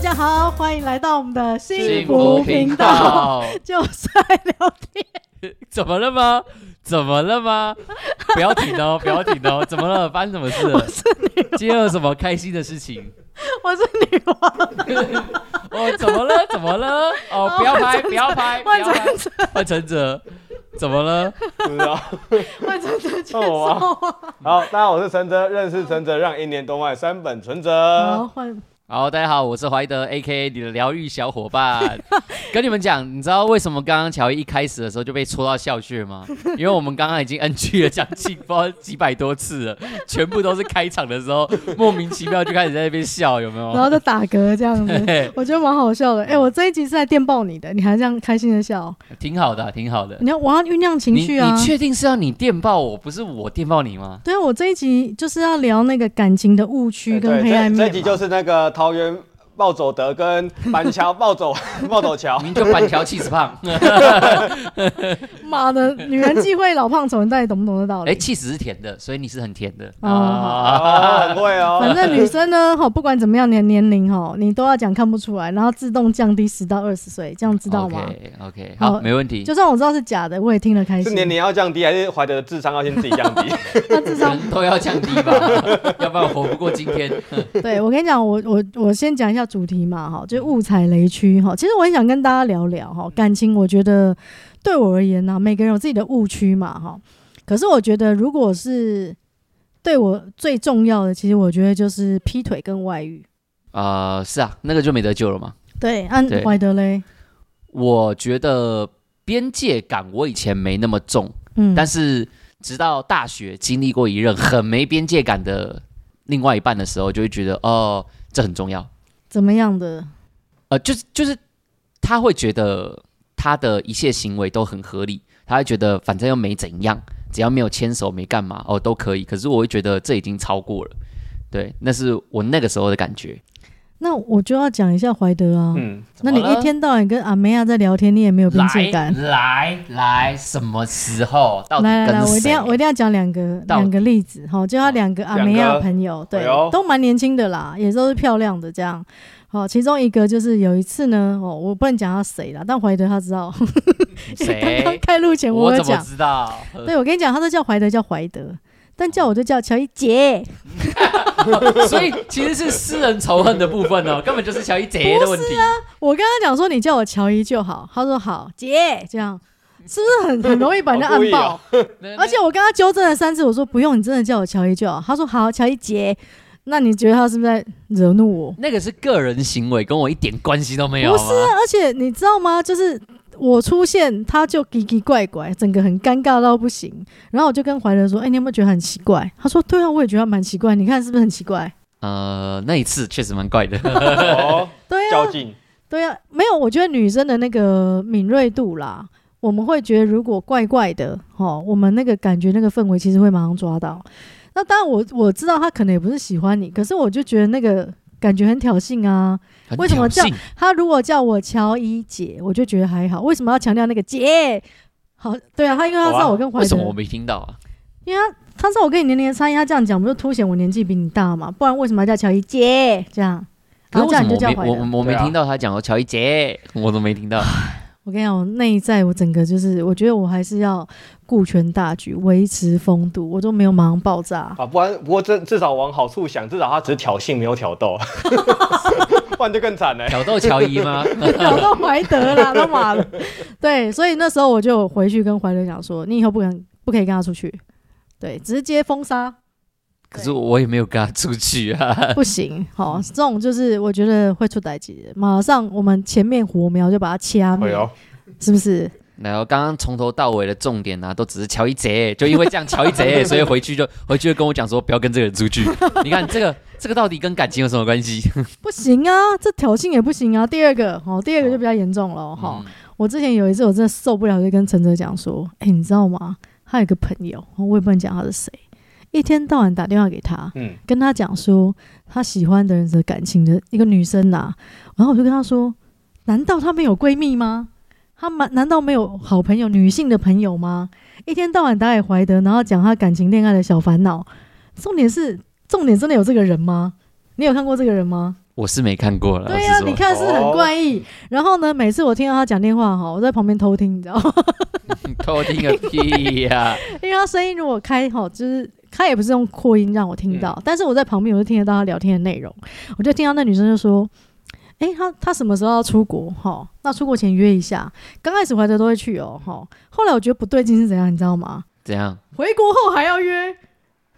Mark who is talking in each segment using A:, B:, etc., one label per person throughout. A: 家好，欢迎来到我们的
B: 幸
A: 福
B: 福
A: 频
B: 频
A: 道，
B: 道，
A: 就是爱聊天。
B: 怎么了吗？怎么了吗？不要停 哦，不要停哦！怎么了？发生什么事了？今天有什么开心的事情？
A: 我是女王，
B: 哦，怎么了？怎么了？哦，不要拍，不要拍，不
A: 万
B: 要
A: 成
B: 拍！
A: 哲，
B: 换成者，怎么了？
C: 不知道。
A: 万成哲接
C: 换我
A: 受我。
C: 好，大家好，我是陈哲，认识陈哲让一年多卖三本存
A: 好，
C: 折。
A: 换
B: 好，大家好，我是怀德，A K A 你的疗愈小伙 伴。跟你们讲，你知道为什么刚刚乔伊一开始的时候就被戳到笑穴吗？因为我们刚刚已经 NG 了将近不知道几百多次了，全部都是开场的时候莫名其妙就开始在那边笑，有没有？
A: 然后就打嗝这样子，
B: 嘿
A: 我觉得蛮好笑的。哎，我这一集是来电爆你的，你还这样开心的笑，
B: 挺好的啊、挺好的。
A: 你要我要酝酿情绪啊
B: 你。你确定是要你电报我，不是我电报 你吗？
A: 对啊，我这一集就是要聊那个感情的误区跟
C: 哎对，
A: 黑暗
C: 这
A: 面嘛。
C: 这集就是那个桃园暴走德跟板桥 暴走暴走桥。
B: 您就板桥气死胖，
A: 妈的，女人忌讳老胖丑，你到底懂不懂这道
B: 哎，
A: 理？
B: 气死是甜的，所以你是很甜的
A: 哦
C: 哦，很会
A: 反
C: 哦。
A: 正女生呢，吼，不管怎么样，你的年龄吼，你都要讲看不出来，然后自动降低十到二十岁，这样知道吗？
B: ？OK OK，
A: 好
B: 好，没问题。
A: 就算我知道是假的，我也听了开
C: 是
A: 心。
C: 年龄要降低，还是怀德的智商要先自己降 低？
A: 那智
B: 可
A: 商，
B: 能都要降低吧， 要不然活不过今天。
A: 对我跟你讲，我我我先讲一下主题嘛，哈，就是误踩雷区哈。其实我很想跟大家聊聊哈，感情，我觉得对我而言呢、啊每个人有自己的误区嘛，哈。可是我觉得，如果是对我最重要的，其实我觉得就是劈腿跟外遇。
B: 啊，是啊，那个就没得救了嘛。
A: 对，按
B: 对
A: 怀德嘞，
B: 我觉得边界感我以前没那么重，
A: 嗯，
B: 但是直到大学经历过一任很没边界感的另外一半的时候，就会觉得哦，这很重要。
A: 怎么样的？
B: 呃，就是就是他会觉得他的一切行为都很合理，他会觉得反正又没怎样，只要没有牵手没干嘛哦都可以。可是我会觉得这已经超过了，对，那是我那个时候的感觉。
A: 那我就要讲一下怀德啊。
C: 嗯，
A: 那你
B: 怎么
A: 一
B: 了
A: 天到晚跟阿梅亚在聊天，你也没有边界
B: 来
A: 感。
B: 来来，什么时候？到底
A: 来来来，
B: 跟
A: 我一定
B: 谁
A: 要我一定要讲两个
B: 到底
A: 两个例子哈，就要两个阿梅
C: 两
A: 亚
C: 个
A: 朋友，对
C: 哎，呦
A: 都蛮年轻的啦，也都是漂亮的这样。好，其中一个就是有一次呢，哦，我不能讲他谁啦，但怀德他知道，因为刚刚
B: 谁？
A: 开录前
B: 我
A: 有
B: 怎么
A: 讲，
B: 知道？
A: 对我跟你讲，他都叫怀德叫怀德，但叫我就叫乔一姐，啊
B: 所以 其实是私人仇恨的部分哦，根本就是小一姐的问题。
A: 啊我跟他讲说你叫我乔一就好，他说好姐这样。是不是很很容易把人家
C: 好故
A: 按
C: 意哦
A: 爆？
B: 那
A: 而且我跟他纠正了三次，我说不用，你真的叫我乔伊就好。他说好，乔伊姐。那你觉得他是不是在惹怒我？
B: 那个是个人行为，跟我一点关系都没有。
A: 不是、啊，而且你知道吗？就是我出现，他就奇奇怪怪，整个很尴尬到不行。然后我就跟怀德说：“哎、你有没有觉得很奇怪？”他说：“对啊，我也觉得蛮奇怪。你看是不是很奇怪
B: 呃，那一次确实蛮怪的。
C: 哦，？”
A: 对啊
C: 较，劲。
A: 对啊，没有。我觉得女生的那个敏锐度啦，我们会觉得如果怪怪的，哦，我们那个感觉、那个氛围，其实会马上抓到。那当然我，我知道他可能也不是喜欢你，可是我就觉得那个感觉很挑衅啊。
B: 很
A: 为什么
B: 挑衅
A: 他如果叫我乔伊姐，我就觉得还好。为什么要强调那个姐？好，对啊，他因为他知道我跟怀
B: 为什
A: 德，
B: 么我没听到啊？
A: 因为他他知道我跟你年龄的差异，他这样讲不就凸显我年纪比你大嘛？不然为什么要叫乔伊姐这样？然
B: 可
A: 后
B: 是
A: 这样
B: 为
A: 你
B: 什么
A: 就
B: 我
A: 叫
B: 没
A: 怀德。
B: 我我没
C: 对啊
B: 听到他讲哦，乔一 姐，我都没听到。
A: 我跟你讲，我内在我整个就是，我觉得我还是要顾全大局，维持风度，我都没有马上爆 炸。
C: 啊，不然不过至至少往好处想，至少他只是挑衅，没有挑逗， 不然就更惨了。
B: 挑逗乔伊吗？
A: 搞到怀德啦，他妈的！对，所以那时候我就回去跟怀德讲说，你以后不敢不可以跟他出去，对，直接封杀。
B: 可是我也没有跟他出去啊。
A: 不行，好、这种就是我觉得会出歹疾的。马上我们前面火苗就把它掐
B: 哎
C: 哎
A: 灭，，是不是？
B: 然后刚刚从头到尾的重点啊，都只是乔一姐，就因为这样乔一 姐，所以回去就回去就跟我讲说不要跟这个人出 去。你看这个这个到底跟感情有什么关系？
A: 不行啊，这挑衅也不行啊。第二个，好、第二个就比较严重了，哈、
B: 嗯
A: 我之前有一次我真的受不了，就跟陈哲讲说，哎、你知道吗？他有一个朋友，我也不能讲他是谁，一天到晚打电话给他，
C: 嗯，
A: 跟他讲说他喜欢的人的感情的一个女生呐、然后我就跟他说，难道她没有闺蜜吗？她难难道没有好朋友、女性的朋友吗？一天到晚打给怀德，然后讲他感情、恋爱的小烦恼。重点是，重点真的有这个人吗？你有看过这个人吗？
B: 我啊是没看过了。
A: 对
B: 呀、
A: 呀、你看是很怪异。然后呢，每次我听到他讲电话哈，我在旁边偷听，你知道吗？
B: 偷听个屁呀、
A: 因为他声音如果开哈，就是他也不是用扩音让我听到，但是我在旁边我就听得到他聊天的内容，我就听到那女生就说。哎、他他什么时候要出国？哈，那出国前约一下。刚开始怀着都会去哦，哈。后来我觉得不对劲是怎样，你知道吗？
B: 怎样？
A: 回国后还要约。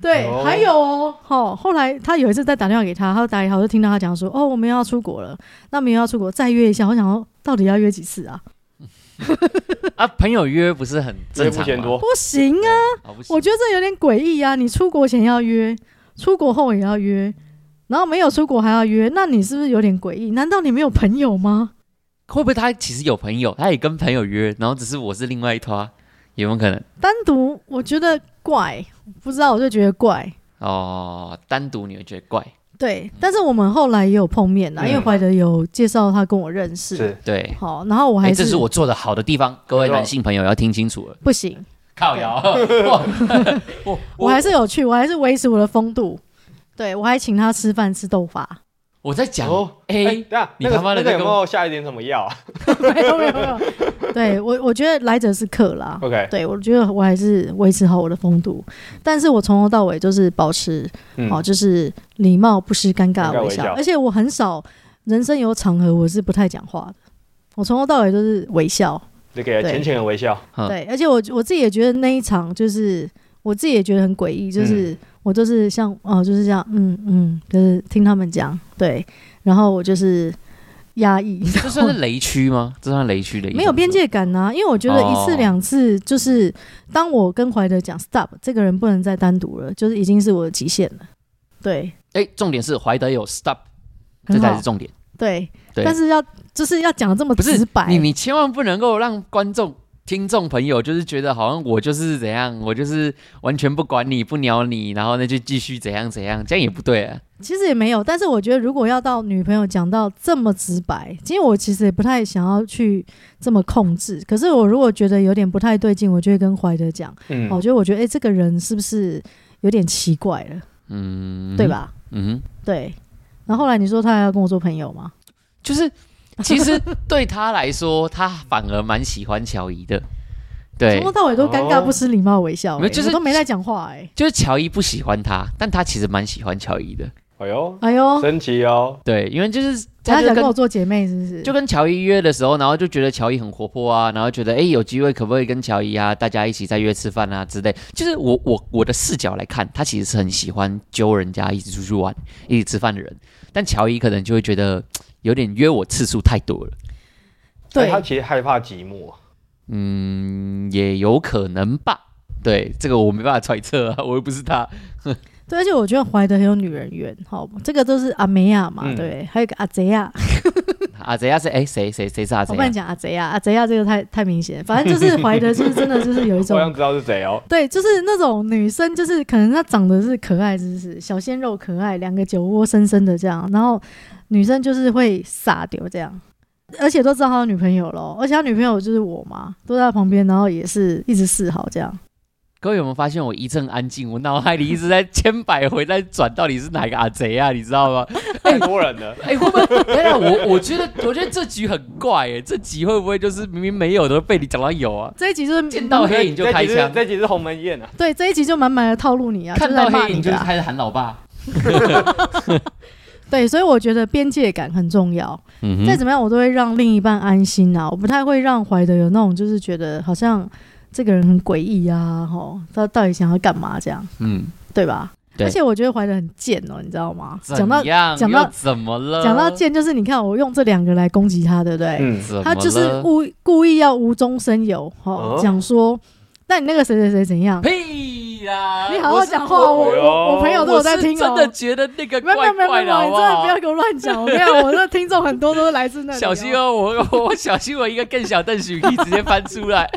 A: 对，
C: 哦
A: 还有哦，吼，后来他有一次再打电话给他，他打给他，我就听到他讲说，哦，我们要出国了，那明天要出国，再约一下。我想说，到底要约几次啊？
B: 啊，朋友约不是很
C: 这
B: 正
C: 不
B: 常啊
C: 嫌
B: 吗？
C: 多
A: 不，行啊，
B: 啊，不行
A: 我觉得这有点诡异啊。你出国前要约，出国后也要约，然后没有出国还要约，那你是不是有点诡异？难道你没有朋友吗？
B: 会不会他其实有朋友，他也跟朋友约，然后只是我是另外一团，有没有可能？
A: 单独我觉得怪，不知道我就觉得怪。
B: 哦，单独你会觉得怪，
A: 对，但是我们后来也有碰面啦，
C: 嗯
A: 因为怀德有介绍他跟我认识。
C: 是
B: 对。
A: 好，然后我
B: 哎、
A: 还
B: 这是我做的好的地方，各位
C: 没错
B: 男性朋友要听清楚了。
A: 不行，
B: 靠摇， 哇我
A: 我还是有去，我还是维持我的风度。对，我还请他吃饭吃豆啊 花，
B: 我在讲
C: 哦
B: A，、
C: 哎，对啊，
B: 你
C: 那个
B: 他妈的
C: 那个有
B: 那
C: 没
B: 个
C: 有下一点什么药啊
A: 没有没有没有。对我，我觉得来者是客啦。
C: ？OK，
A: 对我觉得我还是维持好我的风度，但是我从头到尾就是保持
C: 嗯
A: 好、，就是礼貌不失尴尬的微
C: 尴尬微
A: 笑，
C: 笑
A: 而且我很少人生有场合我是不太讲话的，我从头到尾都是微笑。
C: 就给
A: 对
C: 浅浅的微笑，
B: 嗯
A: 对，而且我我自己也觉得那一场就是我自己也觉得很诡异，就是、
B: 嗯
A: 我就是像哦、就是这样，嗯嗯，就是听他们讲，对，然后我就是压抑，
B: 这算是雷区吗？这算雷区的意思吗
A: 没有边界感啊呐、因为我觉得一
B: 哦
A: 次两次就是，当我跟怀德讲 stop，这个人不能再单独了，就是已经是我的极限了，对，
B: 哎、重点是怀德有 stop，这
A: 很
B: 才
A: 好
B: 是，重点。
A: 对，
B: 对，
A: 但是哎要就是要讲得这么
B: 不是
A: 直白，
B: 你你千万不能够让观众、听众朋友就是觉得好像我就是怎样，我就是完全不管你不鸟你，然后那就继续怎样怎样，这样也不对啊。
A: 其实也没有，但是我觉得如果要到女朋友讲到这么直白，因为我其实也不太想要去这么控制。可是我如果觉得有点不太对劲，我就会跟怀德讲，
C: 嗯
A: 哦，我觉得我觉得哎、诶这个人是不是有点奇怪了，
B: 嗯，
A: 对？吧？
B: 嗯哼，
A: 对。然后后来你说他还要跟我做朋友吗？
B: 就是其实对他来说，他反而蛮喜欢乔伊的。对
A: 从头，到尾都尴尬、
C: 哦
A: 不失礼貌微笑、
B: 没有
A: 诶
B: 就是
A: 我都没在讲话哎、诶
B: 就是乔伊不喜欢他，但他其实蛮喜欢乔伊的。
C: 哎呦，
A: 哎呦，
C: 升级哦，
B: 对，因为就是
A: 他
B: 他就
A: 想跟
B: 跟
A: 我做姐妹是不是？
B: 就跟乔伊约的时候，然后就觉得哎乔伊很活泼啊，然后觉得哎、诶有机会可不可以跟乔伊啊，大家一起再约吃饭啊之类。就是我我我的视角来看，他其实是很喜欢揪人家一起出去玩、一起吃饭的人，但乔伊可能就会觉得嘖有点约我次数太多了，
A: 对
C: 哎他其实害怕寂寞，
B: 嗯，也有可能吧。对，这个我没办法揣测啊，我又不是他。
A: 对，而且我觉得怀德很有女人缘，好，这个都是阿梅亚嘛，
C: 嗯
A: 对，还有一个阿贼啊亚，
B: 阿泽亚是哎谁谁谁是阿泽
A: 我跟
B: 亚
A: 你？讲阿贼啊，阿贼啊，这个太太明显，反正就是怀德就是真的就是有一
C: 我想
A: 种，
C: 知道是谁哦，
A: 对，就是那种女生，就是可能她长得是可爱，就是小鲜肉可爱，两个酒窝深深的这样，然后女生就是会傻丢这样，而且都知道他有女朋友咯，而且他女朋友就是我嘛，都在他旁边，然后也是一直示好这样，
B: 各位有没有发现我一阵安静，我脑海里一直在千百回在转，到底是哪个阿泽亚，你知道吗？
C: 太多人了，
B: 哎、会不会？等等，我我觉得，我觉得这局很怪哎，这集会不会就是明明没有的被你讲到有啊？
A: 这一集就是
B: 见到黑影就开枪，
C: 这集是鸿门宴啊，
A: 对这一集就满满的套路你啊，
B: 看
A: 就
B: 到
A: 是在骂
B: 黑
A: 你
B: 影就是
A: 的啊、
B: 开始喊老爸。
A: 对，所以我觉得边界感很重要。
B: 嗯
A: 再怎么样，我都会让另一半安心啊，我不太会让怀德有那种就是觉得好像这个人很诡异啊，吼，他到底想要干嘛这样，
B: 嗯，
A: 对吧？
B: 对
A: 而且我觉得怀德很贱哦，你知道吗？讲到
B: 怎样
A: 讲到
B: 又怎么了？
A: 讲到贱，就是你看我用这两个来攻击他，对不对？
C: 嗯，
B: 怎么了，
A: 他就是故故意要无中生有，吼，
C: 哦
A: 讲说，那你那个谁谁谁怎样？
B: 屁啦！
A: 你好好
B: 我是
A: 讲话，我
C: 哎呦
A: 我我朋友
B: 我
A: 都有在听
B: 是
A: 哦
B: 真。的觉得那个
A: 没有没
B: 怪
A: 有没有没
B: 怪
A: 有，
B: 的，好
A: 你真
B: 不
A: 的
B: 好
A: 不？要给我乱讲！我跟你讲，我的听众很多都是来自那里、
B: 小心！哦，我我 我小心我一个更小邓许一直接翻 出来。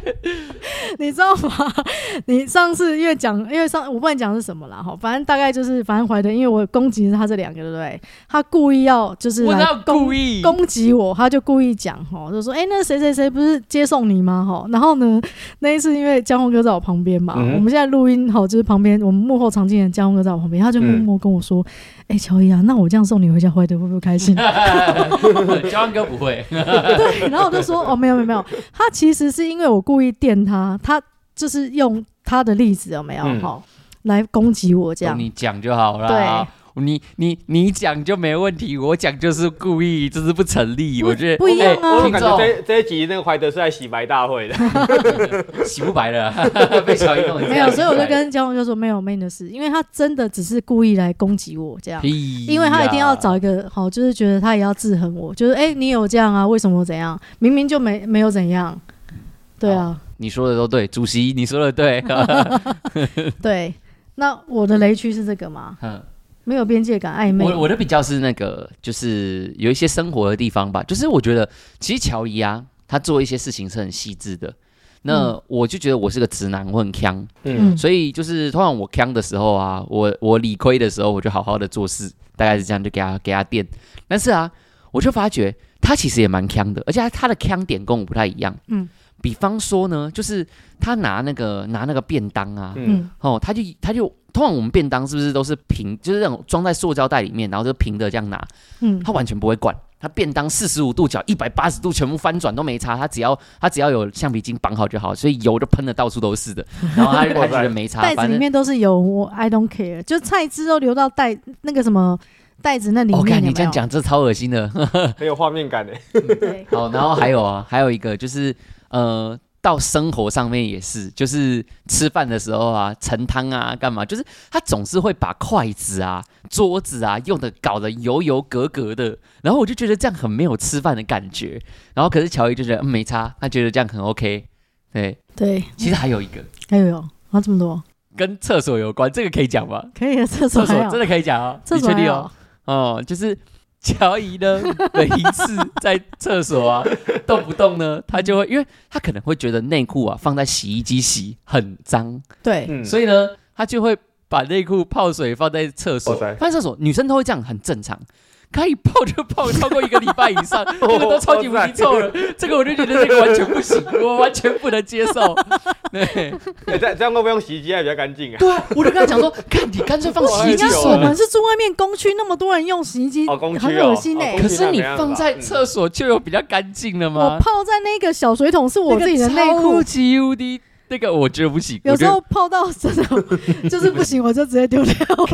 A: 你知道吗？ 你上次越讲，因为上我不能讲是什么啦，哈，反正大概就是，反正怀德，因为我攻击他这两个，对不对？他故意要就是
B: 我
A: 来
B: 哪有
A: 攻
B: 故意？
A: 攻击我，他就故意讲哈，就说哎、诶那谁谁谁不是接送你吗？哈，然后呢，那一次因为江宏哥在我旁边嘛，
C: 嗯
A: 我们现在录音哈，就是旁边我们幕后常进人江宏哥在我旁边，他他就默默跟我说：“哎、乔伊啊，那我这样送你回家，怀德会不会开心？”
B: 交安哥不会，
A: 对，然后我就说：“哦，没有没有没有，他其实是因为我故意电他，他就是用他的例子有没有哈、
C: 嗯
A: 好来攻击我这样。”
B: 哦你讲就好啦。你你你讲就没问题，我讲就是故意，这是不成立。
A: 不
B: 我觉得
A: 不一样啊
B: 哎
C: 我
B: 听
C: 感觉
B: 众
C: 这这一集那个怀德是在洗白大会的，
B: 洗不白了， 被小一弄成这样。
A: 没有，所以我就跟江宏就说没有没你的事，因为他真的只是故意来攻击我这样，
B: 屁哎呀，
A: 因为他一定要找一个好，就是觉得他也要制衡我，就是哎、你有这样啊，为什么我怎样？明明就没没有怎样，对啊，
B: 你说的都对，主席你说的对，
A: 对。那我的雷区是这个吗？
B: 嗯
A: 没有边界感，暧昧。
B: 我我的比较是那个，就是有一些生活的地方吧，就是我觉得其实乔伊啊，他做一些事情是很细致的。那我就觉得我是个直男，我很强，
C: 嗯，
B: 所以就是通常我呛的时候啊，我我理亏的时候，我就好好的做事，大概是这样，就给他给他垫。但是啊，我就发觉他其实也蛮呛的，而且他他的呛点跟我不太一样。
A: 嗯
B: 嗯，比方说呢，就是他拿那个拿那个便当啊，
C: 嗯
A: 嗯
B: 哦，他就他就通常我们便当是不是都是平，就是那种装在塑胶袋里面，然后就平的这样拿，
A: 嗯
B: 他完全不会管。他便当四十五度角、一百八十度全部翻转都没差，他只要他只要有橡皮筋绑好就好，所以油就喷的到处都是的。然后他就他觉得没差，
A: 袋子
B: 啊反
A: 里
B: 正
A: 面都是有我，I don't care，就菜汁都流到袋那个什么袋子那里面。
B: 我看、哦
A: 有
B: 你
A: 没
B: 这样
A: 有？
B: 讲，这超恶心的。
C: 很有画面感的。
A: 对，
B: 好，然后还有啊， 还有一个就是呃，到生活上面也是，就是吃饭的时候啊，盛汤啊，干嘛，就是他总是会把筷子啊、桌子啊用的搞得油油格格的，然后我就觉得这样很没有吃饭的感觉。然后可是乔伊就觉得、嗯、没差，他觉得这样很 OK。对，
A: 对，
B: 其实还有一个
A: 还有有，还哎啊这么多，
B: 跟厕所有关，这个可以讲吗？
A: 可以的，厕所
B: 厕所
A: 还有
B: 真，的可以讲啊？
A: 厕
B: 你
A: 所
B: 确
A: 还
B: 定
A: 有
B: 哦？哦，就是乔伊 呢每一次在厕所啊动不动呢，他就会，因为他可能会觉得内裤啊放在洗衣机洗很脏，
A: 对，
C: 嗯，
B: 所以呢，他就会把内裤泡水放在厕所，
C: 泡水
B: 放在厕所，女生都会这样，很正常。可以泡就泡超过一个礼拜以 上，
C: 哦
B: 这个都超级无敌臭了。这个我就觉得这个完全不行，我完全不能接 受。对，
C: 哎这样这样会不会用洗衣机还比较干净啊？
B: 对啊，我就跟他讲说，看你干脆放洗衣
A: 你
B: 机
A: 看
B: 洗
C: 有
A: 我
C: 啊
A: 们是住外面公区，那么多人用洗衣机，
C: 哦公区哦
A: 很恶心哎、
C: 哦公
B: 可
C: 区
B: 是你放在厕所就有比较干净了
A: 我
B: 吗？
A: 泡在那个小水桶是我自己的内
B: 那个超
A: 裤，
B: 级无敌那个，我觉得不行。
A: 有时
B: 我
A: 候泡到真的 就是不行，我就直接丢掉了，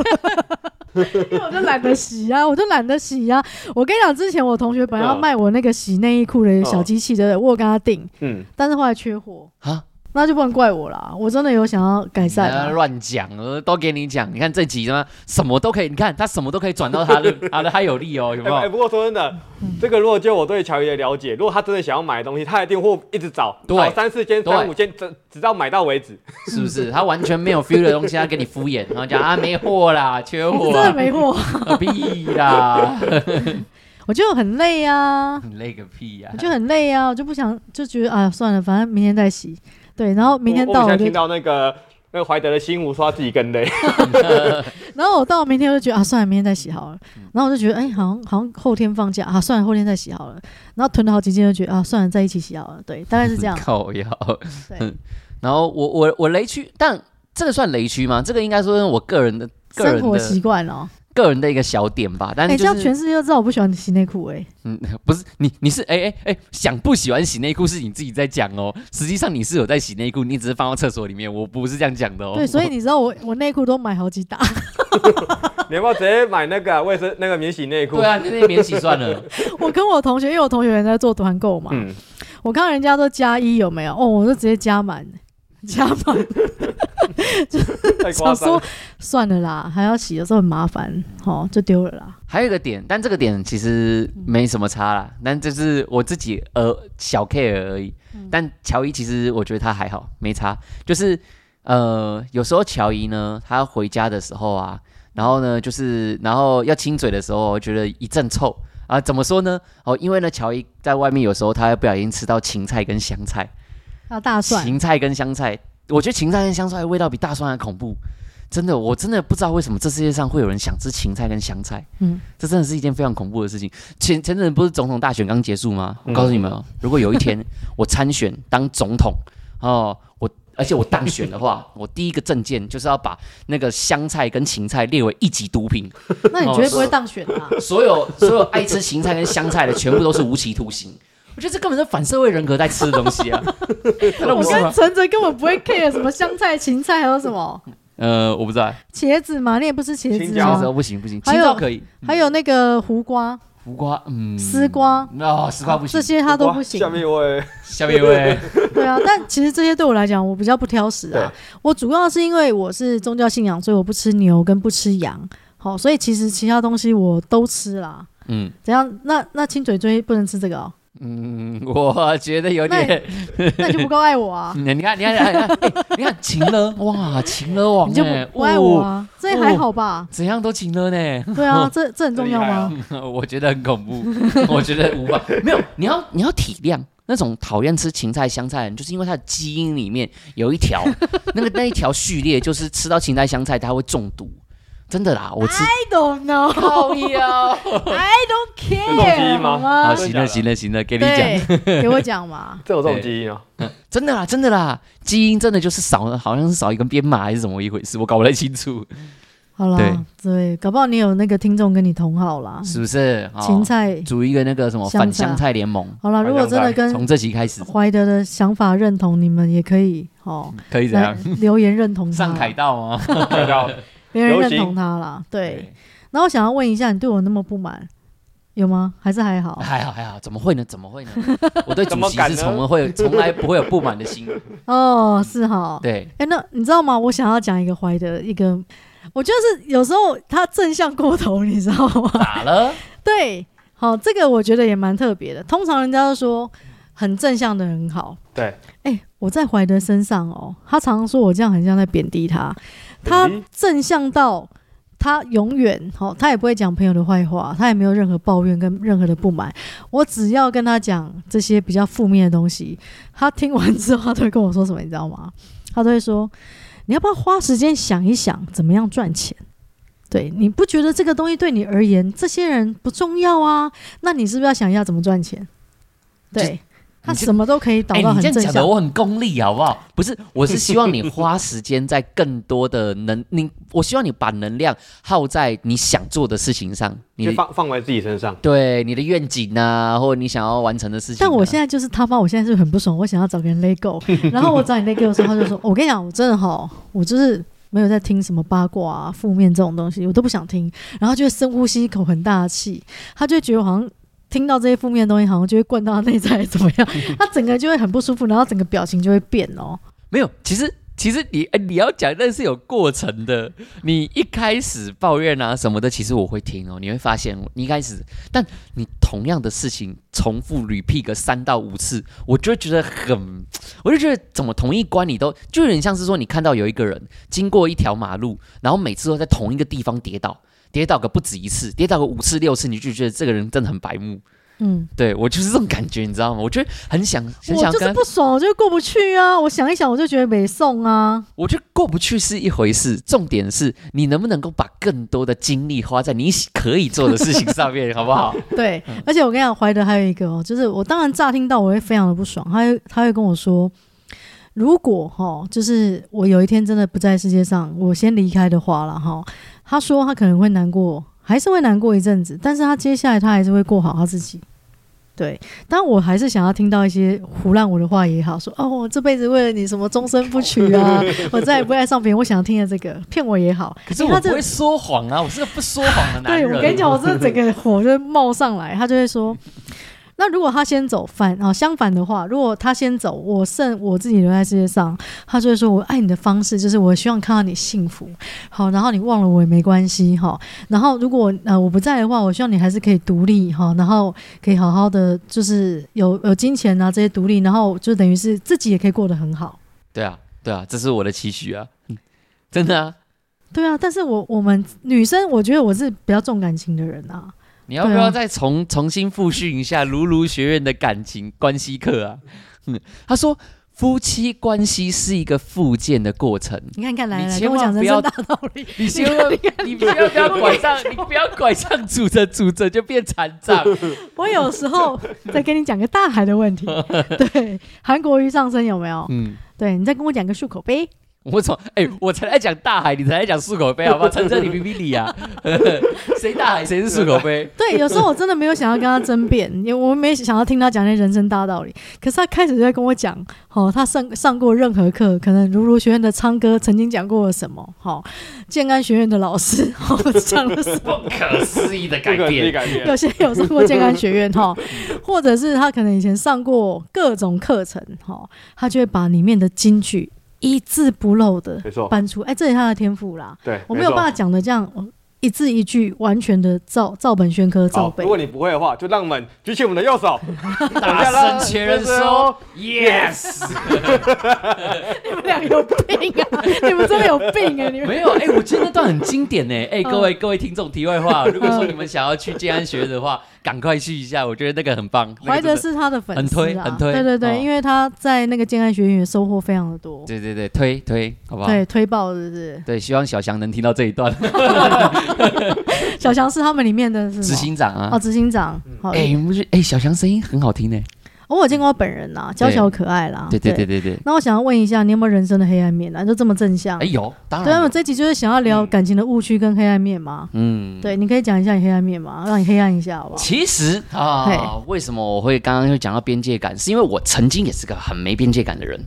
A: 因为我就懒得洗啊，我就懒得洗啊。我跟你讲，之前我同学本来要
C: 嗯
A: 卖我那个洗内衣裤的小
B: 嗯
A: 机器的，我有跟他订，
C: 嗯，
A: 但是后来缺货
B: 啊
A: 那就不能怪我啦，我真的有想要改
B: 觉
A: 善
B: 得你不要
A: 啊。
B: 乱讲，我都给你讲。你看这集他妈什么都可以，你看他什么都可以转到 他的他的他有利哦，有没
C: 哎、哎
B: 有？
C: 不过说真的，这个如果就我对乔伊的了解，如果他真的想要买的东西，他一定会一直找，
B: 对
C: 找三四间、
B: 对
C: 三五间，直直到买到为止。
B: 是不是？他完全没有 feel 的东西，他给你敷衍，然后讲啊没货 啦，缺
A: 我
B: 货
A: 真的
B: 啊，
A: 没货，
B: 屁啦，
A: 我就很累啊。
B: 你累个屁呀
A: 我！就很累啊，我就不想，就觉得啊，算了，反正明天再洗。对，然后明天
C: 我
A: 到
C: 我
A: 我
C: 现在
A: 就
C: 听，到那个那个怀德的心无说他自己更累，
A: 然后我到明天我就觉得啊，算了，明天再洗好了。然后我就觉得，哎、好像好像后天放假啊，算了，后天再洗好了。然后囤了好几件，就觉得啊，算了，在一起洗好了。对，大概是这样。
B: 靠腰。嗯
A: 对，
B: 然后我我我雷区，但这个算雷区吗？这个应该说是我个人的 个
A: 生
B: 人
A: 活习
B: 的
A: 惯哦。
B: 个人的一个小点吧。但
A: 哎、这
B: 是就
A: 样
B: 是
A: 全世界都知道我不喜欢洗内裤哎。
B: 嗯，不是你，你是哎哎哎，想不喜欢洗内裤是你自己在讲哦。实际上你是有在洗内裤，你只是放到厕所里面，我不是这样讲的哦。
A: 对，所以你知道我 我内裤都买好几打，
C: 你要不要直接买那个啊卫、生那个免洗内裤？
B: 对啊，那那免洗算了。
A: 我跟我同学，因为我同学人在做团购嘛，
C: 嗯，
A: 我看到人家都加一有没有？哦，我就直接加满， 加 满。
C: 太
A: 想
C: 夸张
A: 说
C: 了。
A: 算了啦，还要洗，有时候很麻烦，哦，就丢了啦。
B: 还有一个点，但这个点其实没什么差啦，但这是我自己呃小 care 而已。但乔伊其实我觉得他还好，没差。就是呃，有时候乔伊呢，他回家的时候啊，然后呢，就是然后要亲嘴的时候，我觉得一阵臭啊。怎么说呢？哦，因为呢，乔伊在外面有时候他会不小心吃到芹菜跟香菜，
A: 还有大蒜，
B: 芹菜跟香菜，我觉得芹菜跟香菜的味道比大蒜还恐怖。真的，我真的不知道为什么这世界上会有人想吃芹菜跟香菜。
A: 嗯
B: 嗯，这真的是一件非常恐怖的事情。前前阵子不是总统大选刚结束吗？我
C: 嗯
B: 告诉你们哦，如果有一天我参选当总统哦，我而且我当选的话，我第一个证件就是要把那个香菜跟芹菜列为一级毒品，
A: 那你绝对不会当选 啊！
B: 所有所有爱吃芹菜跟香菜的全部都是无期徒刑。我觉得这根本是反社会人格在吃的东西啊！看到
A: 我
B: 不是
A: 跟
B: 吗？
A: 陈哲根本不会 care 什么香菜、芹菜，还有什么
B: 呃，我不知道，
A: 茄子嘛，你也不吃茄
C: 青
A: 子
C: 椒
B: 那时
A: 吗？
B: 候不行不行，
A: 还
B: 青
A: 有
B: 椒可以，
A: 还有那个胡瓜、
B: 胡瓜，嗯，
A: 丝瓜，哦
B: 啊，丝瓜不行
A: 这。些他都不行
C: 哇。下面一位，
B: 下面一位，
A: 对啊，但其实这些对我来讲，我比较不挑食啊。我主要是因为我是宗教信仰，所以我不吃牛跟不吃羊。好，所以其实其他东西我都吃啦。
B: 嗯
A: 怎样？那那亲嘴嘴不能吃这个 哦，
B: 嗯，我觉得有点，
A: 那你就不够爱我啊，
B: 你看你看你看，哎你看情了哇，情了网
A: 你就
B: 哎
A: 不不爱我
B: 哦
A: 啊，这还好吧？
B: 怎样都情了呢？
A: 对啊，这这很重要吗？
B: 我觉得很恐怖， 我觉得无法没有，你要你要体谅那种讨厌吃芹菜香菜的人，就是因为他的基因里面有一条 那个那一条序列，就是吃到芹菜香菜他会中毒，真的啦，我吃
A: I don't know,
B: 靠腰。
C: 这种基
A: care
C: 因吗
A: 好
B: 好，
A: 吗？
B: 啊行了行了行了，给你讲，
A: 对，给我讲 嘛。
C: 这有这种基因啊？
B: 真的啦真的啦，基因真的就是少了，好像是少一根编码还是怎么一回事，我搞不太清楚，
A: 嗯好
B: 对
A: 啦，对，搞不好你有那个听众跟你同好啦，
B: 是不是？哦
A: 芹菜。
B: 组一个那个什么
A: 香
B: 反
A: 菜嗯
B: 香菜联盟，
A: 好啦，如果真的
B: 从
A: 跟
B: 这集开始
A: 怀德的想法认同，你们也可以哦，
B: 可以怎
A: 来
B: 样？
A: 留言认同他，
B: 上凯道吗？
C: 看到
A: 留言
C: 游
A: 认
C: 行
A: 同他啦。对，， 那我想要问一下，你对我那么不满，有吗？还是还好？
B: 还好还哎好，怎么会呢？怎 么会呢？我对主
C: 怎么
B: 席
C: 敢
B: 是
C: 呢
B: 从会从来不会有不满的 心。
A: 哦，是哈。
B: 对，
A: 哎、那你知道吗？我想要讲一个怀德，一个，我觉得是有时候他正向过头，你知道吗？
B: 打了，
A: 对，好，这个我觉得也蛮特别的。通常人家都说很正向的人好，
C: 对，
A: 哎、我在怀德身上哦，他常说我这样很像在贬低他，他
C: 贬低
A: 正向到他永远哦，他也不会讲朋友的坏话，他也没有任何抱怨跟任何的不满。我只要跟他讲这些比较负面的东西，他听完之后，他都会跟我说什么，你知道吗？他都会说，你要不要花时间想一想怎么样赚钱？对，你不觉得这个东西对你而言，这些人不重要啊？那你是不是要想一下怎么赚钱？
B: 就
A: 对。他
B: 你就
A: 什么都可以导
B: 哎，
A: 到
B: 你
A: 很
B: 这
A: 正
B: 样
A: 向
B: 讲，的我很功利，好不好？不是，我是希望你花时间在更多的能，你我希望你把能量耗在你想做的事情上，你
C: 就
B: 的
C: 放放回自己身上。
B: 对你的愿景啊，或者你想要完成的事情啊。
A: 但我现在就是他妈，我现在是很不爽，我想要找个人勒 够。然后我找你勒够的时候，他就说：“我跟你讲，我真的好，我就是没有在听什么八卦啊、负面这种东西，我都不想听。”然后就会深呼吸一口很大的气，他就会觉得好像。听到这些负面的东西，好像就会灌到他内在，怎么 样？他整个就会很不舒服，然后整个表情就会变哦。
B: 没有，其实其实你哎你要讲那是有过程的。你一开始抱怨啊什么的，其实我会听哦。你会发现，你一开始，但你同样的事情重复 repeat 个三到五次，我就会觉得很，我就觉得怎么同一关你都就有点像是说，你看到有一个人经过一条马路，然后每次都在同一个地方跌倒。跌倒个不止一次，跌倒个五次六次，你就觉得这个人真的很白目。
A: 嗯，
B: 对我就是这种感觉，你知道吗？我就 很想很
A: 我
B: 想
A: 就
B: 跟他
A: 是不爽，我就过不去啊！我想一想，我就觉得没送啊。
B: 我觉得过不去是一回事，重点是你能不能够把更多的精力花在你可以做的事情上面， 好 不好？
A: 对，而且我跟你讲，怀德还有一个哦，就是我当然乍听到我会非常的不爽，他会他会跟我说，如果哈、就是我有一天真的不在世界上，我先离开的话了哈、他说他可能会难过，还是会难过一阵子，但是他接下来他还是会过好他自己。对，但我还是想要听到一些胡乱我的话也好，说哦，我这辈子为了你什么终身不娶啊，我再也不会爱上别人。我想要听的这个骗我也好，
B: 可是
A: 因为
B: 我
A: 他这
B: 不会说谎啊，我是个不说 谎的男
A: 对
B: 人。
A: 我跟你讲，我真的整个火就冒上来，他就会 说。那如果他先走，反啊、相反的话，如果他先走，我剩我自己留在世界上，他就会说我爱你的方式就是我希望看到你幸福，好，然后你忘了我也没关系哈。然后如果呃我不在的话，我希望你还是可以独立哈，然后可以好好的就是有有金钱啊这些独立，然后就等于是自己也可以过得很好。
B: 对啊，对啊，这是我的期许啊， 嗯真的啊。
A: 对啊，但是我我们女生，我觉得我是比较重感情的人啊。
B: 你要不
A: 对啊
B: 要再重重新复训一下卢卢学院的感情关系课啊？ 嗯，他说夫妻关系是一个复健的过程，
A: 你看看来
B: 你
A: 来
B: 千
A: 跟我
B: 万
A: 讲人
B: 不
A: 生
B: 要
A: 大道理，
B: 你千万你不要不要拐上，你不要拐上拄着拄着就变残障。
A: 我有时候再跟你讲个大海的问题，对，韩国瑜上升有没有？
B: 嗯，
A: 对你再跟我讲个漱口杯，
B: 我从哎、我才在讲大海，你才在讲漱口杯，好不好？陈哲，你比比你啊， 谁大海谁是漱口杯？
A: 对，有时候我真的没有想要跟他争辩，也我没想要听他讲那些人生大道理。可是他开始就在跟我讲，哦，他上上过任何课，可能如如学院的昌哥曾经讲过了什么，好、哦，建安学院的老师哦讲了什么，
B: 不可思议的
C: 这
B: 改
C: 个是
B: 变，
C: 改变
A: 有，些有上过建安学院哈、哦，或者是他可能以前上过各种课程哈、哦，他就会把里面的金句一字不漏的
C: 没
B: 哦
C: 错，
A: 搬出，哎，这是他的天赋啦，
C: 对，
A: 我没有
C: 错
A: 办法讲的这样。哦一字一句完全的照照本宣科照
B: 哦
C: 好，
A: 背
C: 如，果你不会的话，就让我们举起我们的右手，
B: 大声确认说 yes。
A: 你们俩 有病啊！你们真的有病啊！你们
B: 没有，哎、我觉得那段很经典呢。
A: 嗯
B: 哎、各位各位听众，题外话，如果说你们想要去建安学的话，赶快去一下，我觉得那个很棒。那
A: 怀德
B: 个真的
A: 是他的粉丝、啊，
B: 很推很推
A: 对对对，
B: 哦
A: 因为他在那个建安学院也收获非常的多，
B: 对对对，推推，好不好？
A: 对，推爆是不是？
B: 对，希望小翔能听到这一段。
A: 小强是他们里面的是
B: 执
A: 吗
B: 行长
A: 哦，
B: 啊，
A: 执行长，好，
B: 哎、你不是哎、小翔声音很好听呢。
A: 哦，我见过他本人啦，娇小可爱啦，
B: 对对对对对，
A: 那我想要问一下，你有没有人生的黑暗面啊？就这么正向？
B: 哎、嗯有，当
A: 对，那
B: 然
A: 我
B: 有。
A: 这集就是想要聊感情的误区跟黑暗面嘛。
B: 嗯，
A: 对，你可以讲一下你黑暗面吗？让你黑暗一下好不好？
B: 其实啊，
A: 嘿
B: 为什么我会刚刚又讲到边界感，是因为我曾经也是个很没边界感的人。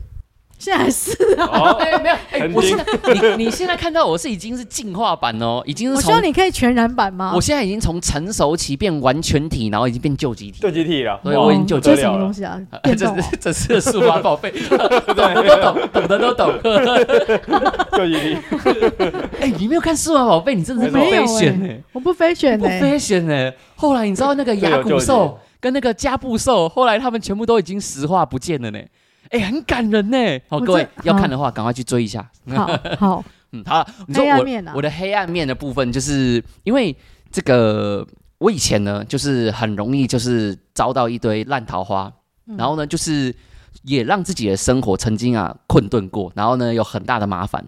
A: 现在还是
C: 好，
B: 哎、没有，哎、
C: 曾经
B: 我现在你你现在看到我是已经是进化版哦，已经
A: 我
B: 是
A: 希
B: 从
A: 望你可以全然版吗
B: 我？现在已经从成熟期变完全体，然后已经变旧集体。
C: 就集体了，
B: 对哎我已经
A: 哦
B: 就
A: 这是
C: 这
A: 什
C: 样
A: 么
C: 了
A: 东西 啊？
B: 这
A: 电动哦
B: 是这是数码宝贝，懂的都懂，懂的都懂。
C: 就集体，
B: 哎，你没有看数码宝贝，你真的是不
A: 我没有
B: fashion
A: 哎
B: 哎，
A: 我不 fashion
B: 不
A: 哎、
B: fashion 哎。后来你知道那个牙骨兽跟那个加布兽，后来他们全部都已经石化不见了呢。哎，很感人呢。好，
A: 我
B: 哦各位
A: 这
B: 要看的话，赶快去追一下。
A: 好好，
B: 嗯，好了，你说
A: 黑暗
B: 我
A: 面啊
B: 我，的黑暗面的部分，就是因为这个，我以前呢，就是很容易就是遭到一堆烂桃花，
A: 嗯
B: 然后呢，就是也让自己的生活曾经啊困顿过，然后呢有很大的麻烦。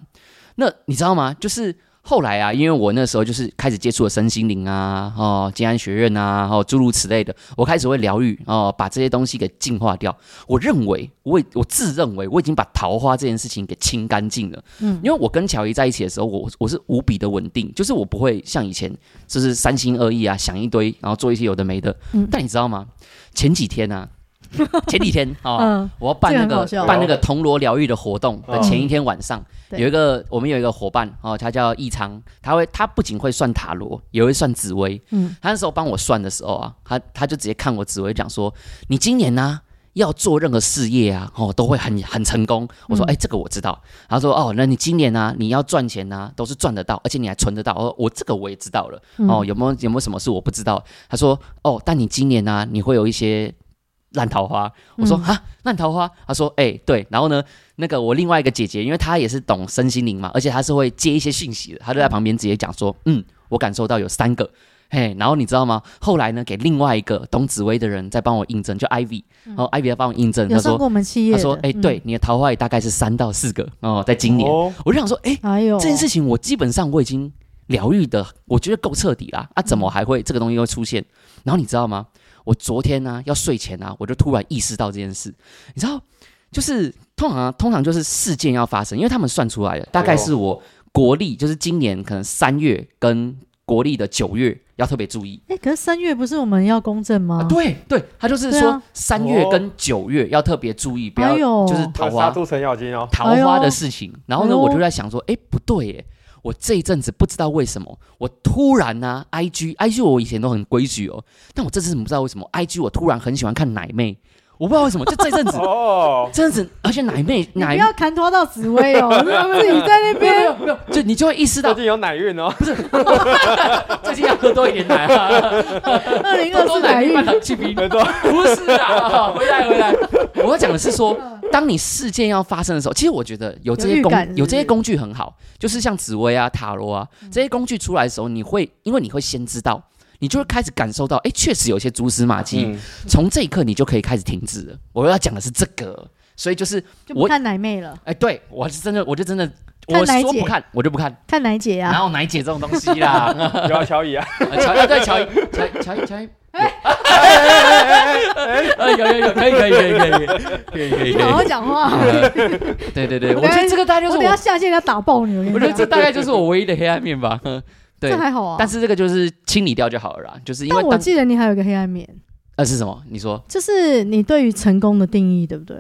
B: 那你知道吗？就是后来啊，因为我那时候就是开始接触了身心灵啊，哦，金安学院啊，哦，诸如此类的，我开始会疗愈哦，把这些东西给净化掉。我认为，我已我自认为我已经把桃花这件事情给清干净了。
A: 嗯
B: 因为我跟乔伊在一起的时候，我我是无比的稳定，就是我不会像以前就是三心二意啊，想一堆，然后做一些有的没的。
A: 嗯
B: 但你知道吗？前几天 啊，前几天 啊、哦
A: 嗯
B: 我要办那
A: 这个很
B: 个
A: 好笑
B: 办那个铜锣疗愈的活动的
C: 嗯
B: 前一天晚上，
A: 对
B: 有一个我们有一个伙伴哦，他叫易昌，他会他不仅会算塔罗，也会算紫薇。
A: 嗯
B: 他那时候帮我算的时候啊，他他就直接看我紫薇讲说：“你今年呢、要做任何事业啊，哦，都会很很成功。”我说：“
A: 嗯
B: 哎、这个我知道。”他说：“哦，那你今年呢、你要赚钱呢、都是赚得到，而且你还存得到。”我说：“我这个我也知道了。
A: 嗯
B: 哦，有没有有没有什么事我不知道？”他说：“哦，但你今年呢、你会有一些烂桃花。”我说：“
A: 嗯
B: 啊，烂桃花？”他说：“哎、对。”然后呢，那个我另外一个姐姐，因为她也是懂身心灵嘛，而且她是会接一些讯息的，她就在旁边直接讲说：“嗯，我感受到有三个。”嘿，然后你知道吗？后来呢，给另外一个懂紫薇的人在帮我印证，就 Ivy，然后 Ivy 在帮我印证，
A: 嗯有
B: 他
A: 上过
B: 说
A: 我们企业
B: 他
A: 的，
B: 说哎、
A: 嗯，
B: 对，你的桃花也大概是三到四个哦，在今年，
C: 哦
B: 我就想说，哎、
A: 哎呦，
B: 这件事情我基本上我已经疗愈的，我觉得够彻底啦，
A: 嗯
B: 啊，怎么还会这个东西会出现？然后你知道吗？我昨天呢、要睡前啊，我就突然意识到这件事，你知道，就是通常、啊、通常就是事件要发生，因为他们算出来了，大概是我国历就是今年可能三月跟国历的九月要特别注意。
A: 哎、可是三月不是我们要公证吗？
B: 啊，对对，他就是
A: 哦对
B: 说
A: 啊
B: 三月跟九月要特别注意，不要
A: 哎呦
B: 就是桃
C: 要
B: 花
C: 杀猪成咬金哦，
B: 桃花
A: 哎
B: 的
A: 呦
B: 事情。然后
A: 哎
B: 呢，
A: 呦
B: 我就在想说，哎，不对耶，我这一阵子不知道为什么，我突然呢、i g IG 我以前都很规矩哦，但我这次不知道为什么，IG 我突然很喜欢看奶妹，我不知道为什么，就这 阵子，
C: 哦，
B: 这阵子，而且奶妹
A: 你不
B: 奶
A: 要砍拖到紫薇 哦，自己在那
B: 没
A: 边
B: 有没有，就你就会意识
C: 最
B: 到
C: 近有奶运哦，
B: 最近要喝多一点奶啊，
A: 二零
B: 多
A: 二
B: 多
A: 四
B: 奶
A: 百
B: 一
A: 亿，
B: 半糖去冰。
C: 没错，
B: 不是啊，回来回来，我要讲的是说，当你事件要发生的时候，其实我觉得有这
A: 嗯
B: 些
A: 有预
B: 工
A: 感是不嗯是
B: 有这些工具很好，就是像紫薇啊、塔罗啊这些工具出来的时候，你会因为你会先知道，你就会开始感受到，哎，确实有一些蛛丝马迹，
C: 嗯，
B: 从、这一刻你就可以开始停止了。我要讲的是这个，所以就是
A: 就不
B: 我，
A: 看奶妹了，
B: 哎，对我是真的，我就真的。
A: 看
B: 我
A: 奶
B: 说
A: 姐
B: 不看，我就不看，
A: 看奶姐
B: 哪
A: 啊，
B: 有奶姐这种东西啦？
C: 嗯 有啊，小乙啊，
B: 啊乔对乔伊乔伊乔伊乔伊啊，有有有，可以可以可以可以可以可以
D: 你
B: 可
D: 好好
B: 以。
D: 讲话。
B: 对对对，
A: 我
B: 我
A: 等
B: 觉
A: 下
B: 得这个大概
A: 我
B: 就是
A: 等一
B: 我
A: 下，下线要打爆你，我跟你
B: 我觉得这
A: 讲，
B: 大概就是我唯一的黑暗面吧。对
A: 这，还好啊。
B: 但是这个就是清理掉就好了啦，就是因为
A: 但我
B: 当
A: 记得你还有一个黑暗面，
B: 呃是什么？你说，
A: 就是你对于成功的定义，对不对？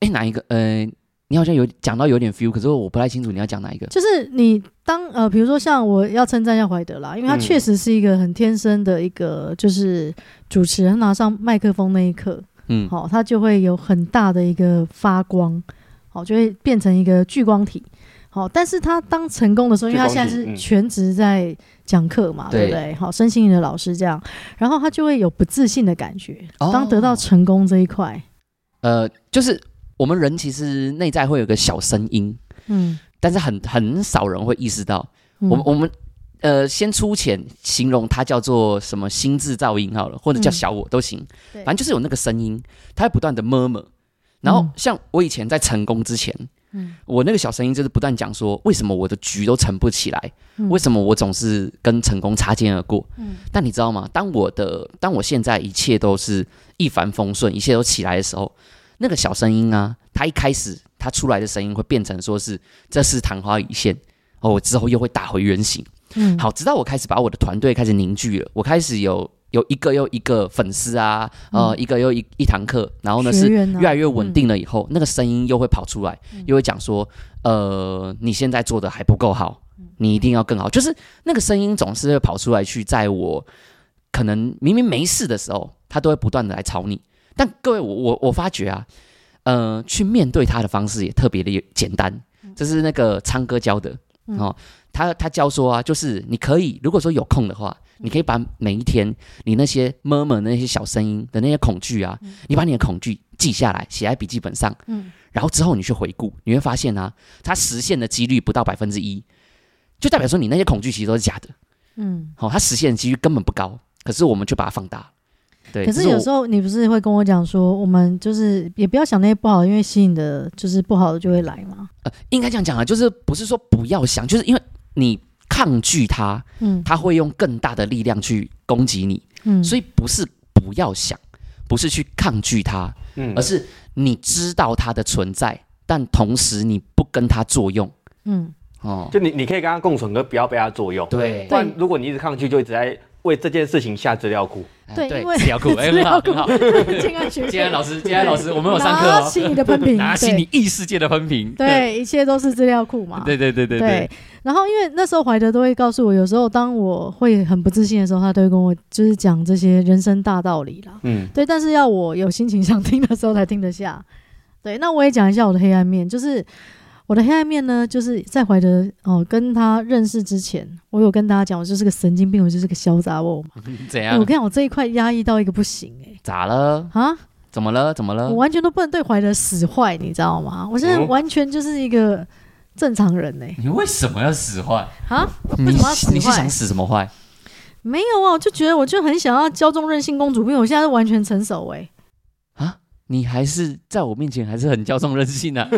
B: 哎哪一个？呃，你好像有讲到有点 feel，可是我不太清楚你要讲哪一个。
A: 就是你当呃，比如说像我要称赞一下怀德啦，因为他
C: 嗯
A: 确实是一个很天生的一个，就是主持人他拿上麦克风那一刻，
B: 嗯，
A: 好、他就会有很大的一个发光，好、就会变成一个聚光体。好、但是他当成功的时候，因为他
C: 聚光
A: 现在
C: 体
A: 是
C: 嗯
A: 全职在讲课嘛，对不
B: 对
A: 对？好、身心灵的老师这样，然后他就会有不自信的感觉。
B: 哦
A: 当得到成功这一块，
B: 呃，就是我们人其实内在会有个小声音，
A: 嗯，
B: 但是很很少人会意识到。
A: 嗯
B: 我们我们呃，先粗浅形容它叫做什么心智噪音好了，或者叫
A: 嗯
B: 小我都行，
A: 对
B: 反正就是有那个声音，它会不断的 murmur。然后
A: 嗯
B: 像我以前在成功之前，
A: 嗯
B: 我那个小声音就是不断讲说，为什么我的局都成不起来，
A: 嗯
B: 为什么我总是跟成功擦肩而过？
A: 嗯
B: 但你知道吗？当我的当我现在一切都是一帆风顺，一切都起来的时候，那个小声音啊，它一开始它出来的声音会变成说是这是昙花一现，哦，我之后又会打回原形。
A: 嗯，
B: 好，直到我开始把我的团队开始凝聚了，我开始有有一个又一个粉丝啊，呃，
A: 嗯
B: 一个又一一堂课，然后呢
A: 学
B: 是
A: 员啊
B: 越来越稳定了以后，那个声音又会跑出来，又会讲说，呃，你现在做的还不够好，你一定要更好。就是那个声音总是会跑出来去，在我可能明明没事的时候，他都会不断的来吵你。但各位，我我我发觉啊，呃，去面对他的方式也特别的简单，这是那个昌哥教的
A: 嗯
B: 哦。他他教说啊，就是你可以，如果说有空的话，你可以把每一天你那些 murmur 那些小声音的那些恐惧啊，你把你的恐惧记下来，写在笔记本上，
A: 嗯
B: 然后之后你去回顾，你会发现啊，它实现的几率不到百分之一，就代表说你那些恐惧其实都是假的，哦
A: 嗯。
B: 好、它实现的几率根本不高，可是我们就把它放大，对，
A: 可是有时
B: 候
A: 候你不是会跟我讲说，我们就是也不要想那些不好的，因为吸引的就是不好的就会来嘛。
B: 呃，应该这样讲啊，就是不是说不要想，就是因为你抗拒它，
A: 嗯
B: 它会用更大的力量去攻击你，
A: 嗯，
B: 所以不是不要想，不是去抗拒它，
C: 嗯
B: 而，是你知道它的存在，但同时你不跟它作用，
A: 嗯
B: 哦，
C: 就你你可以跟他共存，可不要被他作用。
B: 对
C: 不然如果你一直抗拒，就一直在为这件事情下资料库。
B: 哎
A: 对
B: 对
A: 因为，
B: 资料 库，哎，
A: 资
B: 很
A: 料
B: 好，
A: 库
B: 很好。
A: 健康学
B: 今天老师，今天老师，我们有上课
A: 拿
B: 哦，
A: 起你的喷瓶，
B: 拿起
A: 对
B: 你异世界的分屏。
A: 对，一切都是资料库嘛。
B: 对对对对
A: 对，然后因为那时候怀德都会告诉我，有时候当我会很不自信的时候，他都会跟我就是讲这些人生大道理啦。
C: 嗯，
A: 对，但是要我有心情 想听的时候才听得下。对，那我也讲一下我的黑暗面，就是我的黑暗面呢，就是在怀德哦、跟他认识之前，我有跟大家讲，我就是个神经病，我就是个小杂货嘛。
B: 对，怎
A: 哎我
B: 样
A: 跟？你讲，我这一块压抑到一个不行哎、
B: 咋了？
A: 啊，
B: 怎么了？怎么了
A: 我？完全都不能对怀德使坏，你知道吗？我现在
B: 哦
C: 嗯
A: 完全就是一个正常人哎、
B: 你为什么要使坏？
A: 啊，
B: 你
A: 为什么要使坏
B: 你是想使什么坏？
A: 没有啊，我就觉得我就很想要骄纵任性公主病，我现在是完全成熟哎、
B: 你还是在我面前还是很骄纵任 性的、啊。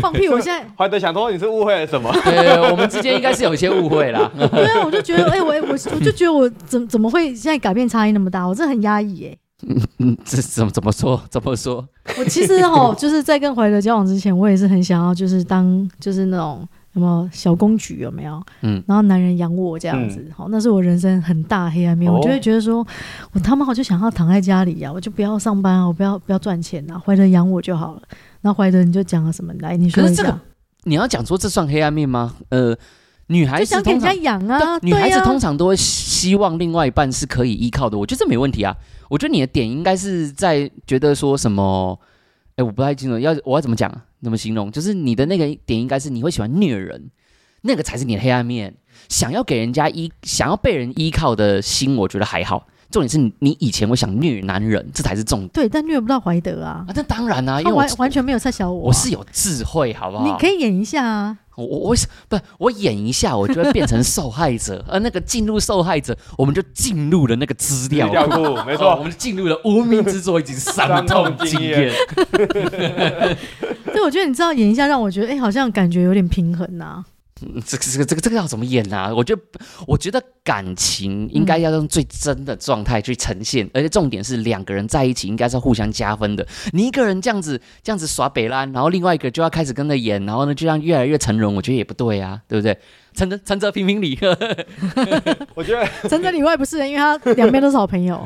A: 放屁！我现在
C: 怀德想说你是误会了什么？
B: 对，我们之间应该是有一些误会 啦。
A: 对啊，我就 觉得，哎、我我我就觉得我怎怎么会现在改变差异那么大？我真的很压抑哎。
B: 嗯，这怎么怎么说？怎么说？
A: 我其实 哈，就是在跟怀德交往之前，我也是很想要，就是当就是那种什么小公举有没有？
B: 嗯
A: 然后男人养我这样子，好、那是我人生很大黑暗面。我就会
C: 哦
A: 觉得说，我他妈好就想要躺在家里呀、我就不要上班啊，我不要不要赚钱啊，怀德养我就好了。然后怀德你就讲了什么来？你说
B: 可是
A: 一
B: 这
A: 下，
B: 个你要讲说这算黑暗面吗？呃，女孩
A: 就
B: 子
A: 想给
B: 通
A: 人
B: 常
A: 家养啊，
B: 女孩子
A: 对啊
B: 通常都会希望另外一半是可以依靠的，我觉得这没问题啊。我觉得你的点应该是在觉得说什么，哎，我不太清楚，要我要怎么讲啊，怎么形容？就是你的那个点应该是你会喜欢虐人，那个才是你的黑暗面。想要给人家依，想要被人依靠的心，我觉得还好。重点是你你以前会想虐男人，这才是重点
A: 对，但虐不到怀德啊
B: 啊。。那当然啊，因
A: 他
B: 为
A: 哦
B: 我
A: 完完全没有在小我啊、
B: 我是有智慧，好不好？
A: 你可以演一下啊，
B: 我我我是不我演一下，我就会变成受害者， 而那个进入受害者，我们就进入了那个资
C: 资
B: 料
C: 料 库，
B: 哦我
C: 没错。
B: 们进入了无名之作以 及伤痛经验。
A: 对，我觉得你知道演一下，让我觉得哎、好像感觉有点平衡呐、
B: 嗯这个这个这个这个要怎么演啊？我觉得我觉得感情应该要用最真的状态去呈现，而且重点是两个人在一起应该是互相加分的。你一个人这样子这样子耍北烂，然后另外一个就要开始跟着演，然后呢就让越来越沉沦，我觉得也不对啊，对不对？陈哲陈哲评评理，
C: 我觉得
A: 陈哲里外不是人，因为他两边都是好朋 友。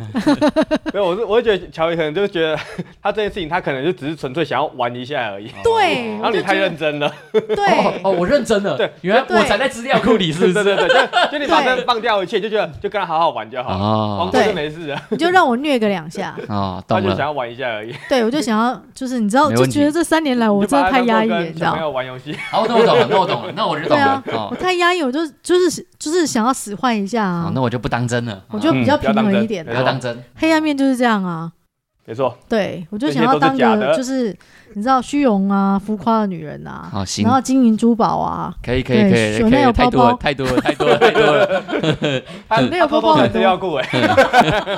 C: 没有，我是我会觉得乔伊可能就是觉得 他这件事情，他可能就只是纯粹想要玩一下而已。
A: 对，
C: 然
A: 我
C: 后你
A: 就
C: 太
A: 觉得
C: 认真了，
B: 哦
A: 对，
B: 哦，我认真了，
C: 对
B: 原来我
A: 对
B: 才在资料库里，是不
C: 对
B: 是？
C: 对对，就就你把
A: 对
C: 这放掉一切，就觉得就跟他好好玩就好了，
B: 哦
C: 王哥
A: 对
C: 就没事了，
A: 你就让我虐个两下。
B: 哦，
C: 他
B: 懂
C: 就想
B: 了。
C: 要玩一下而已。
A: 对，我就想要，就是你知道，
B: 没
A: 就
B: 问题
A: 觉得这三年来哎我
C: 你就
A: 真
C: 把
A: 的
C: 它
A: 太
C: 当
A: 压抑
C: 作
A: 了，
C: 跟
A: 你知
C: 小朋
A: 道。
C: 友玩游戏，
B: 好，那我懂了，那我懂了，那我就懂
A: 对
B: 了
A: 啊。
B: 哦
A: 我，太压抑，我就就是就是想要使坏一下
B: 哦
A: 啊
B: 那。我就不当真了。
A: 我就
B: 哦
A: 比较
C: 嗯不要
A: 平
C: 当
A: 衡
C: 真
A: 一点
B: 不
C: 没
A: 的
B: 要
C: 错，
B: 当真。
A: 黑暗面就是这样啊。
C: 没错，
A: 对，我就
C: 这
A: 想
C: 些
A: 要
C: 都是
A: 当
C: 假
A: 个
C: 的
A: 就是你知道虚荣啊、浮夸的女人啊，
B: 好，行
A: 然，后金银珠宝啊，
B: 可以，可以，
A: 对
B: 可以，
A: 手
B: 可
A: 那
B: 以，
A: 有
B: 太
A: 包
B: 多了，
A: 包
B: 太多了，太多了，太多 了。
C: 他
B: 嗯
A: 没有
C: 他
A: 包
C: 偷偷
A: 包
C: 买
A: 很
C: 资
A: 多
C: 料库哎，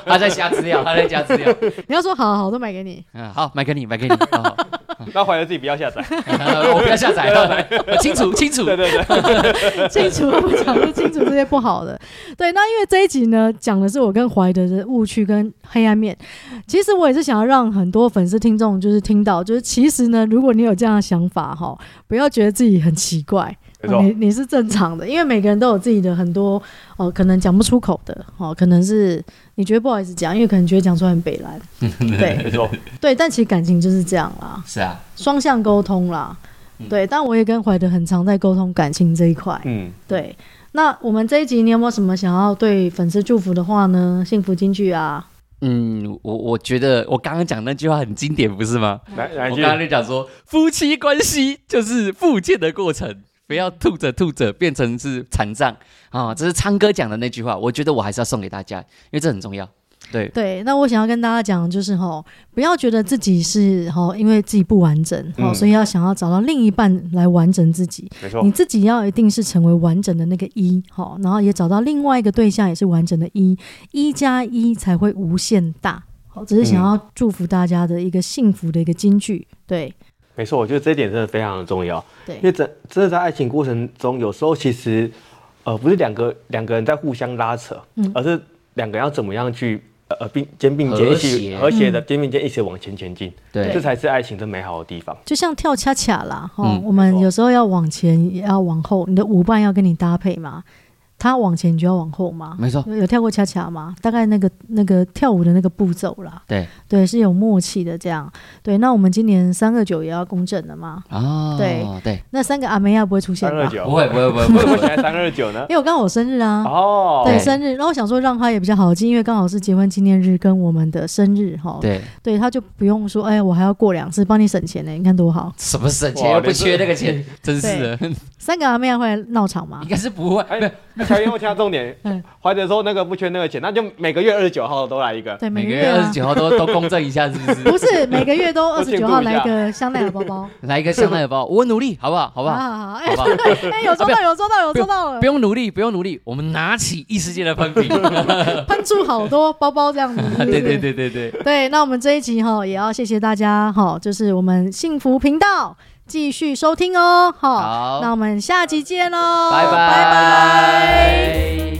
B: 他在加资料，他在加资料。
A: 你要说好好好都买给你，
B: 嗯，好，买给你，买给你。好好
C: 那怀疑自己不要下载。
B: 我不要下载
C: 啊
B: 了，清楚，清楚。
C: 对对对，
A: 清楚不讲不清楚这些不好的。对，那因为这一集呢，讲的是我跟怀德的误区跟黑暗面。其实我也是想要让很多粉丝听众就是听到，就是其实呢，如果你有这样的想法哈，不要觉得自己很奇怪。
C: 没
A: 哦
C: 错
A: 你，你是正常的，因为每个人都有自己的很多哦，可能讲不出口的哦，可能是你觉得不好意思讲，因为可能觉得讲出来很北 蓝，对
C: 没错，
A: 对，但其实感情就是这样啦，
B: 是啊，
A: 双向沟通啦，对，但我也跟怀德很常在沟通感情这一块，
C: 嗯，
A: 对。那我们这一集你有没有什么想要对粉丝祝福的话呢？幸福金句啊，
B: 嗯，我我觉得我刚刚讲那句话很经典，不是吗？
C: 来嗯来一
B: 我
C: 句
B: 刚，刚就讲说，夫妻关系就是复健的过程，不要吐着吐着变成是残障啊！这是昌哥讲的那句话，我觉得我还是要送给大家，因为这很重要。对，
A: 对，那我想要跟大家讲，就是吼，不要觉得自己是吼，因为自己不完整，吼，
C: 嗯
A: 所以要想要找到另一半来完整自己。
C: 没错
A: 你，自己要一定是成为完整的那个一，好，然后也找到另外一个对象也是完整的一，一加一才会无限大。好，
C: 嗯
A: 只是想要祝福大家的一个幸福的一个金句，对
C: 没错，我觉得这一点真的非常的重要。因
A: 对
C: 为真真的在爱情过程中，有时候其实，呃，不是两个两个人在互相拉扯，
A: 嗯
C: 而是两个人要怎么样去呃呃并肩并肩
B: 和
C: 一起
B: 谐
C: 和谐的
A: 嗯
C: 肩并肩一起往前前进，
B: 对
C: 这才是爱情最美好的地方。
A: 就像跳恰恰啦，哈、
B: 嗯
A: 我们有时候要往前，也要往后，你的舞伴要跟你搭配嘛，他往前你就要往后嘛，
B: 没错
A: 有有跳过恰恰吗？大概那个那个跳舞的那个步骤啦，
B: 对
A: 对，是有默契的这样，对，那我们今年三二九也要公证了嘛，
B: 啊，
A: 对
B: 对，
A: 那三个阿梅亚不会出现
C: 三
A: 吧？
C: 二九，
B: 不会不会不会
C: 为
B: 不
C: 什
B: 会
C: 么现在三二九呢？
A: 因为我刚好我生日啊，
C: 哦，
A: 对
B: 对
A: 生日，然后我想说让他也比较好记，因为刚好是结婚纪念日跟我们的生日哈，
B: 对，
A: 对，他就不用说，哎，我还要过两次，帮你省钱呢，你看多好。
B: 什么省钱
C: 哇
B: 又不缺那个 钱，真是的，
A: 三个阿妹会来闹场吗
B: 应？该是不会。
C: 哎，那乔伊，我听到重点
A: 嗯，
C: 怀德说那个不缺那个钱，那就每个月二十九号都来一个，
A: 对，
B: 每
A: 个
B: 个
A: 月
B: 月二十
A: 啊，
B: 九号都都公证一下，是不 是？
A: 不是每个月 都二
C: 都
A: 十
C: 监
A: 九
C: 督
A: 号
C: 一
A: 来
C: 下
A: 个香奈儿包包，
B: 来一个香奈儿包，我努力，好不 好？好不好？
A: 好好好，哎
B: 好 啊不好？
A: 哎，有做到，有做到，有做到了
B: 不，用努力，不用努力，我们拿起异世界的 喷瓶。
A: 喷出好多包包这样 子，是不
B: 对对
A: 是
B: 对对对，
A: 对，那我们这一集哈，也要谢谢大家哈，就是我们幸福频道继续收听哦，哈，
B: 好
A: 那我们下集见喽，
B: 拜
A: 哦拜拜
B: 拜。